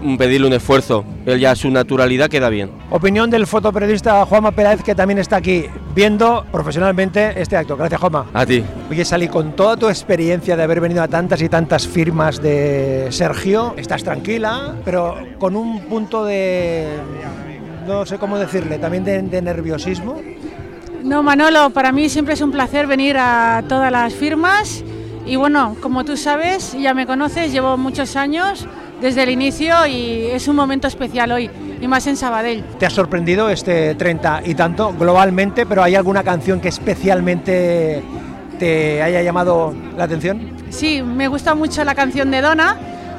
Speaker 24: mm, pedirle un esfuerzo, él ya su naturalidad queda bien.
Speaker 2: Opinión del fotoperiodista Juanma Peláez, que también está aquí viendo profesionalmente este acto. Gracias, Juanma.
Speaker 24: A ti.
Speaker 2: Oye, Sally, con toda tu experiencia de haber venido a tantas y tantas firmas de Sergio, estás tranquila, pero con un punto de. no sé cómo decirle, también de, de nerviosismo.
Speaker 5: No, Manolo, para mí siempre es un placer venir a todas las firmas y bueno, como tú sabes, ya me conoces, llevo muchos años desde el inicio y es un momento especial hoy, y más en Sabadell.
Speaker 2: ¿Te ha sorprendido este 30 y tanto globalmente, pero hay alguna canción que especialmente te haya llamado la atención?
Speaker 5: Sí, me gusta mucho la canción de Donna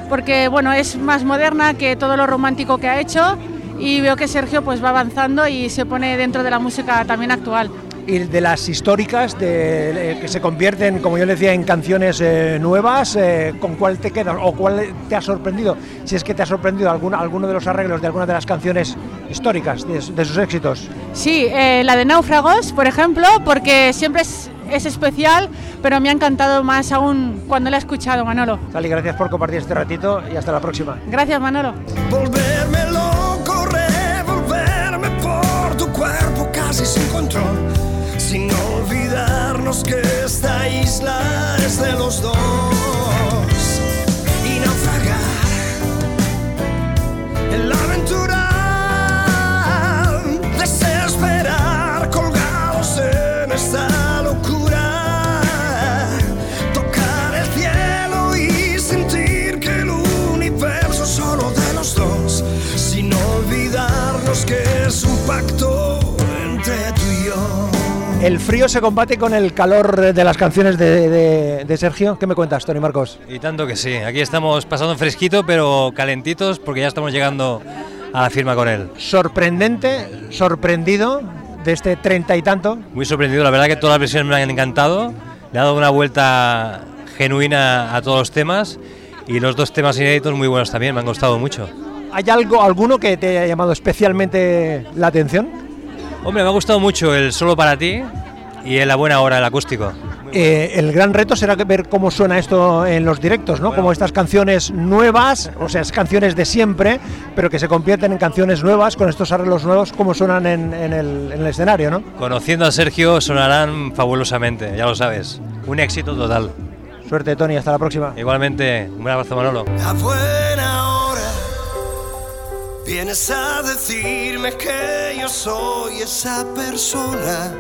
Speaker 5: porque bueno, es más moderna que todo lo romántico que ha hecho y veo que Sergio pues va avanzando y se pone dentro de la música también actual.
Speaker 2: Y de las históricas de, eh, que se convierten, como yo le decía, en canciones eh, nuevas, eh, ¿con cuál te quedas o cuál te ha sorprendido? Si es que te ha sorprendido alguna, alguno de los arreglos de alguna de las canciones históricas de, de sus éxitos.
Speaker 5: Sí, eh, la de Náufragos, por ejemplo, porque siempre es, es especial, pero me ha encantado más aún cuando la he escuchado, Manolo.
Speaker 2: Sally, gracias por compartir este ratito y hasta la próxima.
Speaker 5: Gracias, Manolo.
Speaker 9: Volverme loco, revolverme por tu cuerpo casi sin control. Sin olvidarnos que esta isla es de los dos. Y naufragar en la aventura. Desesperar colgados en esta locura. Tocar el cielo y sentir que el universo es solo de los dos, sin olvidarnos que es un pacto entre tú y yo.
Speaker 2: El frío se combate con el calor de las canciones de, de- de Sergio. ¿Qué me cuentas, Tony Marcos?
Speaker 4: Y tanto que sí, aquí estamos pasando fresquito pero calentitos porque ya estamos llegando a la firma con él.
Speaker 2: Sorprendente, sorprendido de este treinta y tanto.
Speaker 4: Muy sorprendido, la verdad que todas las versiones me han encantado, le ha dado una vuelta genuina a todos los temas y los dos temas inéditos muy buenos también, me han gustado mucho.
Speaker 2: ¿Hay algo, alguno que te haya llamado especialmente la atención?
Speaker 4: Hombre, me ha gustado mucho el Solo para ti y el La Buena Hora, el acústico.
Speaker 2: Eh, el gran reto será que ver cómo suena esto en los directos, ¿no? Como estas canciones nuevas, o sea, es canciones de siempre, pero que se convierten en canciones nuevas, con estos arreglos nuevos, cómo suenan en, en el, en el escenario, ¿no?
Speaker 4: Conociendo a Sergio sonarán Mm, fabulosamente, ya lo sabes. Un éxito total.
Speaker 2: Suerte, Tony, hasta la próxima.
Speaker 4: Igualmente, un abrazo Manolo.
Speaker 9: buena hora Vienes a decirme que yo soy esa persona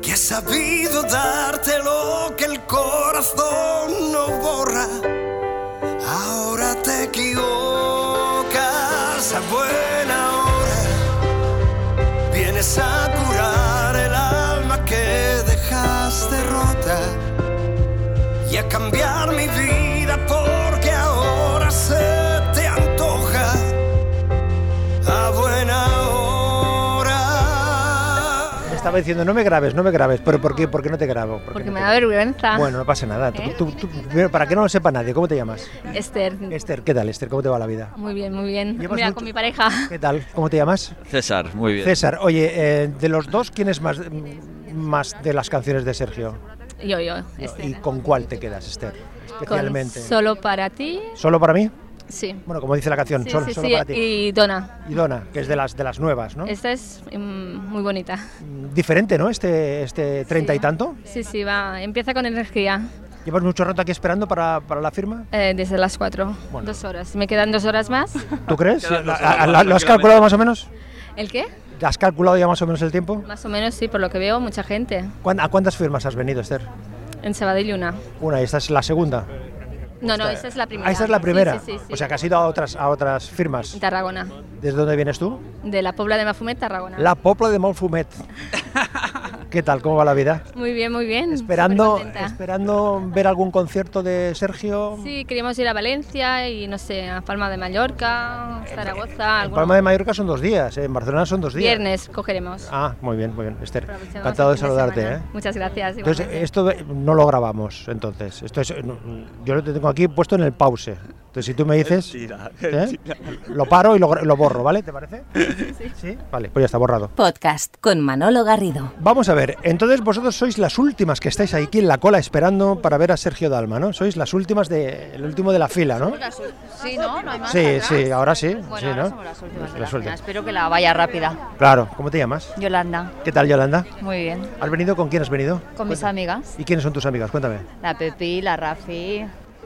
Speaker 9: que ha sabido darte lo que el corazón no borra. Ahora te equivocas a buena hora. Vienes a curar el alma que dejaste rota y a cambiar mi vida porque ahora se te antoja a buena hora.
Speaker 2: Me estaba diciendo, no me grabes, no me grabes. ¿Pero por qué, por qué no te grabo? ¿Por qué
Speaker 12: Porque
Speaker 2: no
Speaker 12: me
Speaker 2: te
Speaker 12: da vergüenza.
Speaker 2: Bueno, no pasa nada. Tú-
Speaker 12: ¿Eh?
Speaker 2: tú- tú- primero, para que no lo sepa nadie, ¿cómo te llamas?
Speaker 12: Esther.
Speaker 2: Esther, ¿qué tal, Esther? ¿Cómo te va la vida?
Speaker 12: Muy bien, muy bien. Mira,
Speaker 2: Llevas mucho-
Speaker 12: con mi pareja.
Speaker 2: ¿Qué tal? ¿Cómo te llamas?
Speaker 3: César, muy bien.
Speaker 2: César, oye, eh, de los dos, ¿quién es más, mm, más de las canciones de Sergio?
Speaker 12: Yo, yo,
Speaker 2: ¿Y
Speaker 12: Esther.
Speaker 2: con cuál te quedas, Esther? Especialmente.
Speaker 12: Con solo para ti.
Speaker 2: ¿Solo para mí?
Speaker 12: Sí.
Speaker 2: Bueno, como dice la canción,
Speaker 12: Sí,
Speaker 2: solo,
Speaker 12: sí,
Speaker 2: solo
Speaker 12: sí,
Speaker 2: para ti.
Speaker 12: Y Dona.
Speaker 2: Y Dona, que es de las, de las nuevas, ¿no? Mm,
Speaker 12: Esta es mm, muy bonita.
Speaker 2: Diferente, ¿no? Este, este treinta y tanto.
Speaker 12: Sí, sí, va. Empieza con energía.
Speaker 2: ¿Llevas mucho rato aquí esperando para, para la firma?
Speaker 12: eh, desde las 4.
Speaker 2: Bueno.
Speaker 12: Dos horas. ¿Me quedan dos horas más?
Speaker 2: ¿Tú crees?
Speaker 3: Quedan dos
Speaker 2: ¿La- la-
Speaker 3: horas
Speaker 2: la- ¿Lo has
Speaker 3: tranquilamente.
Speaker 2: calculado más o menos?
Speaker 12: ¿El qué?
Speaker 2: ¿Has calculado ya más o menos el tiempo?
Speaker 12: Más o menos, sí, por lo que veo, mucha gente.
Speaker 2: ¿Cuán- ¿A cuántas firmas has venido, Esther?
Speaker 12: En Sabadell y una.
Speaker 2: Una, y esta es la segunda.
Speaker 12: No, no, esta es la primera.
Speaker 2: Ah, esta es la primera.
Speaker 12: Sí, sí, sí, sí.
Speaker 2: O sea, que has ido a otras, a otras firmas.
Speaker 12: En Tarragona.
Speaker 2: ¿Desde dónde vienes tú?
Speaker 12: De la Pobla de Mafumet, Tarragona.
Speaker 2: La Popla de Malfumet. ¿Qué tal? ¿Cómo va la vida?
Speaker 12: Muy bien, muy bien.
Speaker 2: Esperando,
Speaker 12: supercontenta.
Speaker 2: esperando ver algún concierto de Sergio.
Speaker 12: Sí, queríamos ir a Valencia y no sé, a Palma de Mallorca, Zaragoza,
Speaker 2: En
Speaker 12: alguno.
Speaker 2: Palma de Mallorca son dos días, ¿eh? en Barcelona son dos días.
Speaker 12: Viernes cogeremos.
Speaker 2: Ah, muy bien, muy bien, Esther.
Speaker 12: Aprovechamos
Speaker 2: Encantado de
Speaker 12: el fin
Speaker 2: saludarte.
Speaker 12: semana.
Speaker 2: ¿eh?
Speaker 12: Muchas gracias.
Speaker 2: Entonces,
Speaker 12: igualmente.
Speaker 2: esto no lo grabamos, entonces. Esto es, no, yo lo tengo aquí puesto en el pause. Entonces, si tú me dices, ¿eh? lo paro y lo, gra- lo borro, ¿vale? ¿Te parece? Sí. Vale, pues ya está borrado.
Speaker 1: Podcast con Manolo Garrido.
Speaker 2: Vamos a ver, entonces vosotros sois las últimas que estáis aquí en la cola esperando para ver a Sergio Dalma, ¿no? Sois las últimas de, el último de la fila, ¿no?
Speaker 25: Sí, ¿no? No hay más
Speaker 2: Sí,
Speaker 25: atrás.
Speaker 2: sí, ahora sí.
Speaker 25: Bueno,
Speaker 2: sí,
Speaker 25: ahora
Speaker 2: ¿no?
Speaker 25: somos las últimas de
Speaker 2: Las
Speaker 25: la
Speaker 2: últimas.
Speaker 25: cena. Espero que la vaya rápida.
Speaker 2: Claro, ¿cómo te llamas?
Speaker 25: Yolanda,
Speaker 2: ¿Qué tal, Yolanda?
Speaker 25: muy bien.
Speaker 2: ¿Has venido con quién has venido?
Speaker 25: Con mis amigas,
Speaker 2: ¿Y quiénes son tus amigas? Cuéntame.
Speaker 25: la Pepi, la Rafi,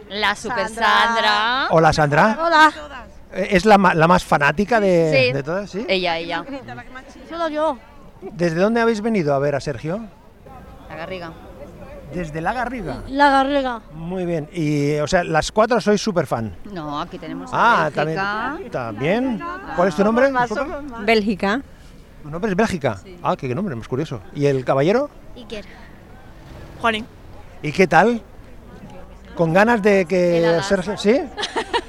Speaker 25: la Super Sandra.
Speaker 2: Hola, Sandra.
Speaker 25: ¿Ah? Hola.
Speaker 2: Eh, ¿Es la, ma- la más fanática de, de todas? ¿sí?
Speaker 25: Ella, ella.
Speaker 13: Solo yo.
Speaker 2: ¿Desde dónde habéis venido a ver a Sergio?
Speaker 25: La Garriga.
Speaker 2: Desde la Garriga.
Speaker 13: La Garriga.
Speaker 2: Muy bien. Y, o sea, las cuatro sois súper fan.
Speaker 25: No, aquí tenemos a Ah, pues
Speaker 2: Ah,
Speaker 25: Bélgica.
Speaker 2: también. ¿También? ¿Cuál es tu nombre? disculpa?
Speaker 13: Bélgica.
Speaker 2: ¿Tu nombre es Bélgica? Ah, qué nombre, más curioso. ¿Y el caballero?
Speaker 13: Iker.
Speaker 25: Juanín.
Speaker 2: ¿Y qué tal? ¿Con ganas de que Sergio... ¿Sí?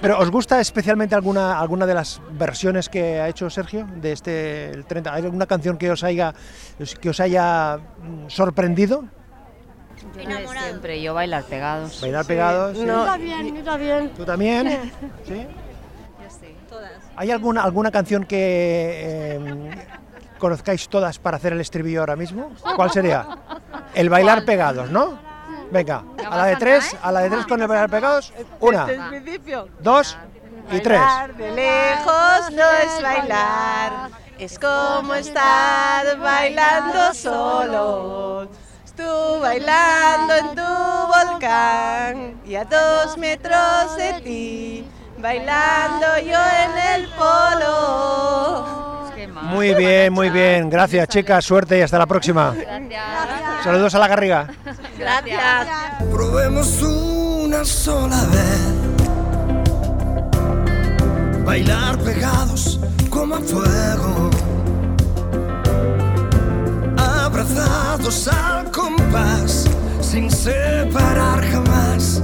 Speaker 2: ¿Pero os gusta especialmente alguna, alguna de las versiones que ha hecho Sergio de este el 30? ¿Hay alguna canción que os haya, que os haya mm, sorprendido?
Speaker 25: Yo la de Siempre yo bailar pegados.
Speaker 2: Bailar pegados, sí.
Speaker 13: Yo también, yo también.
Speaker 2: ¿Tú también? ¿Sí? ¿Hay alguna, alguna canción que eh, conozcáis todas para hacer el estribillo ahora mismo? ¿Cuál sería? El bailar pegados, ¿no? Venga, a la de tres, a la de tres con el bailar pegados. Una,
Speaker 13: Desde el
Speaker 25: principio.
Speaker 2: dos y tres.
Speaker 13: de lejos no es bailar, es como estar bailando solo. Tú bailando en tu volcán y a dos metros de ti, bailando yo en el polo.
Speaker 2: Muy bien, muy bien. Gracias, chicas. Suerte y hasta la próxima. Saludos a la Garriga.
Speaker 13: Gracias.
Speaker 9: Probemos una sola vez. Bailar pegados como a fuego. Abrazados al compás, sin separar jamás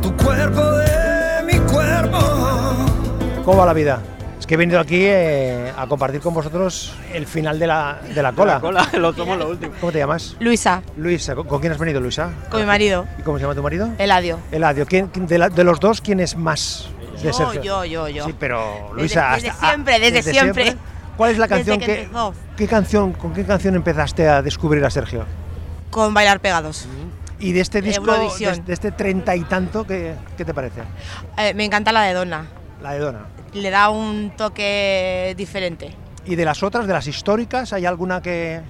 Speaker 9: tu cuerpo de mi cuerpo.
Speaker 2: ¿Cómo va la vida? Es que he venido aquí eh, a compartir con vosotros el final de la, de la cola.
Speaker 3: cola, lo tomo lo último.
Speaker 2: ¿Cómo te llamas?
Speaker 25: Luisa,
Speaker 2: Luisa. ¿Con con quién has venido, Luisa?
Speaker 25: con mi marido,
Speaker 2: ¿Y cómo se llama tu marido?
Speaker 25: Eladio.
Speaker 2: Eladio. ¿Quién, quién- de, la- de los dos, quién es más de
Speaker 25: Yo,
Speaker 2: Sergio?
Speaker 25: yo, yo, yo.
Speaker 2: Sí, pero
Speaker 25: Desde-
Speaker 2: Luisa...
Speaker 25: desde
Speaker 2: hasta- ah,
Speaker 25: siempre, desde siempre.
Speaker 2: ¿Cuál es la
Speaker 25: Desde
Speaker 2: canción
Speaker 25: que
Speaker 2: que...
Speaker 25: empezó.
Speaker 2: ¿qué canción, ¿Con qué canción empezaste a descubrir a Sergio?
Speaker 25: con bailar pegados.
Speaker 2: Y de este disco,
Speaker 25: Eurovisión.
Speaker 2: de, de este treinta y tanto, ¿qué, qué te parece?
Speaker 25: Eh, me encanta la de Donna.
Speaker 2: La de Donna.
Speaker 25: Le da un toque diferente.
Speaker 2: ¿Y de las otras, de las históricas, hay alguna que...?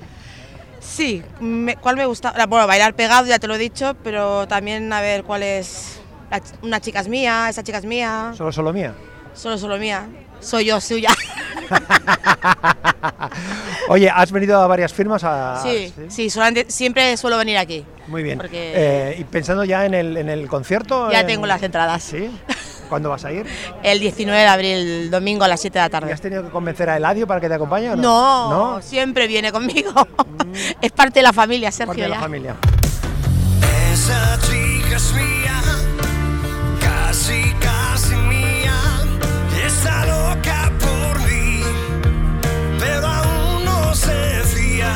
Speaker 25: Sí, me- ¿cuál me gusta? La- Bueno, bailar pegado, ya te lo he dicho, pero también a ver cuál es. la ch- una chica es mía, esa chica es mía,
Speaker 2: Solo, solo mía.
Speaker 25: solo solo mía.
Speaker 17: Soy yo suya.
Speaker 2: Oye, has venido a varias firmas a...
Speaker 25: Sí, sí, solamente- siempre suelo venir aquí.
Speaker 2: Muy bien.
Speaker 25: Porque-
Speaker 2: Eh, y pensando ya en el, en el concierto...
Speaker 25: Ya
Speaker 2: en-
Speaker 25: tengo las entradas.
Speaker 2: ¿Sí? ¿Cuándo vas a ir?
Speaker 25: El 19 de abril, domingo a las 7 de la
Speaker 2: ¿Y
Speaker 25: tarde.
Speaker 2: has tenido que convencer a Eladio para que te acompañe o no?
Speaker 25: No,
Speaker 2: ¿No?
Speaker 25: siempre viene conmigo.
Speaker 2: Mm.
Speaker 25: es parte de la familia, Sergio.
Speaker 2: Parte de la
Speaker 25: ya.
Speaker 2: familia.
Speaker 9: Esa chica es mía, casi, casi mía. Está loca por mí, pero aún no se fía.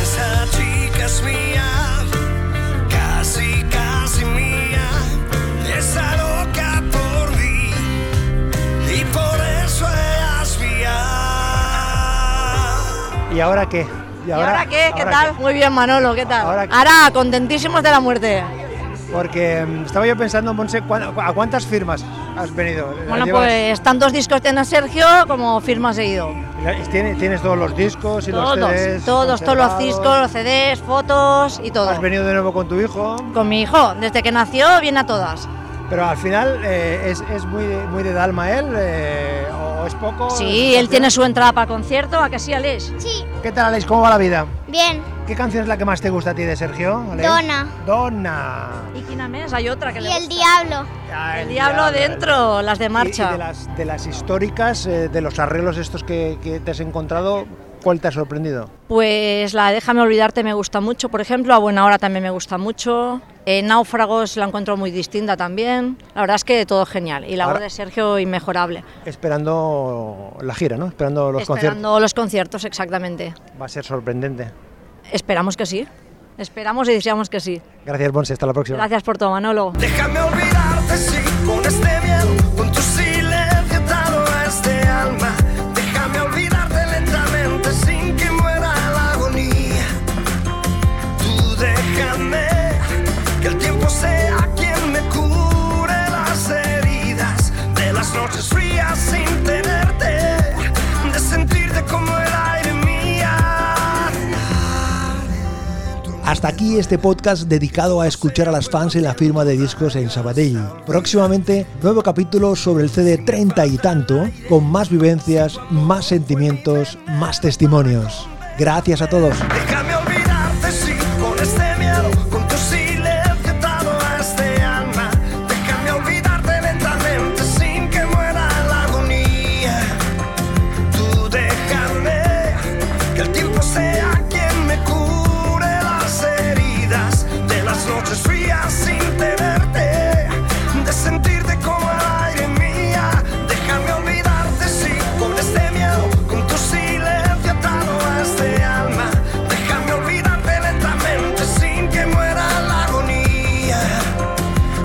Speaker 9: Esa chica es mía, casi, casi mía. Está loca por mí, y por eso ella es mía.
Speaker 2: ¿Y ahora qué? ¿Y ahora
Speaker 26: Muy bien, Manolo, ¿qué tal?
Speaker 2: ¿Ahora
Speaker 26: Ahora,
Speaker 2: qué?
Speaker 26: contentísimos de la muerte.
Speaker 2: Porque mm, estaba yo pensando, Monse, ¿cuán- ¿a cuántas firmas has venido?
Speaker 26: Bueno,
Speaker 2: Llevas-
Speaker 26: pues tantos discos tiene Sergio como firma seguido.
Speaker 2: Tiene- Tienes, todos los discos y
Speaker 26: Todos,
Speaker 2: los CDs.
Speaker 26: todos, todos los
Speaker 2: conservados.
Speaker 26: discos, los CDs, fotos y todo.
Speaker 2: Has venido de nuevo con tu hijo.
Speaker 26: Con mi hijo, desde que nació viene a todas.
Speaker 2: Pero al final eh, es, es muy, muy de Dalma él, eh, o o es poco.
Speaker 26: Sí, él tiene su entrada para el concierto, ¿a que sí, Alex?
Speaker 23: Sí.
Speaker 2: ¿Qué tal, Alex? ¿Cómo va la vida?
Speaker 23: Bien.
Speaker 2: ¿Qué canción es la que más te gusta a ti de Sergio? Alex?
Speaker 23: Dona.
Speaker 2: Dona.
Speaker 26: ¿Y quién más? Hay otra que
Speaker 23: Y
Speaker 26: le
Speaker 23: el
Speaker 26: gusta.
Speaker 23: diablo.
Speaker 26: El diablo dentro, las de
Speaker 2: Y-
Speaker 26: marcha.
Speaker 2: y de, las, de las históricas, eh, de los arreglos estos que, que te has encontrado, ¿cuál te ha sorprendido?
Speaker 26: Pues la Déjame olvidarte me gusta mucho, por ejemplo, a Buena Hora también me gusta mucho. Eh, Náufragos la encuentro muy distinta también. La verdad es que todo genial. Y la voz
Speaker 2: Ahora-
Speaker 26: de Sergio inmejorable.
Speaker 2: Esperando la gira, ¿no? Esperando los
Speaker 26: Esperando los conciertos, exactamente.
Speaker 2: conciertos. Va a ser sorprendente.
Speaker 26: Esperamos que sí. Esperamos y deseamos que sí.
Speaker 2: Gracias, Monse. Hasta la próxima.
Speaker 26: Gracias por todo, Manolo.
Speaker 9: Déjame olvidarte si con este miedo, con tu silencio dado a este alma. Déjame olvidarte lentamente sin que muera la agonía. Tú déjame que el tiempo sea quien me cure las heridas de las noches frías sin tenerte, de sentirte como el aire mía.
Speaker 14: Hasta aquí este podcast dedicado a escuchar a las fans en la firma de discos en Sabadell. Próximamente, nuevo capítulo sobre el CD 30 y tanto, con más vivencias, más sentimientos, más testimonios. Gracias a todos.
Speaker 9: Déjame olvidarte si con este miedo, con tu silencio dado a este alma. Déjame olvidarte lentamente sin que muera la agonía. Tú déjame que el tiempo sea quien me cure las heridas de las noches frías sin tenerte, de sentirte como el aire mía. Déjame olvidarte si con este miedo, con tu silencio atado a este alma. Déjame olvidarte lentamente sin que muera la agonía.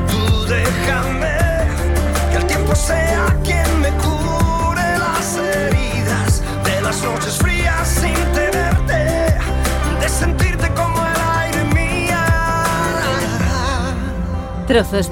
Speaker 9: Tú déjame que el tiempo sea quien me cure las heridas de las noches frías sin tenerte, de sentirte como el aire mía.
Speaker 1: Trozos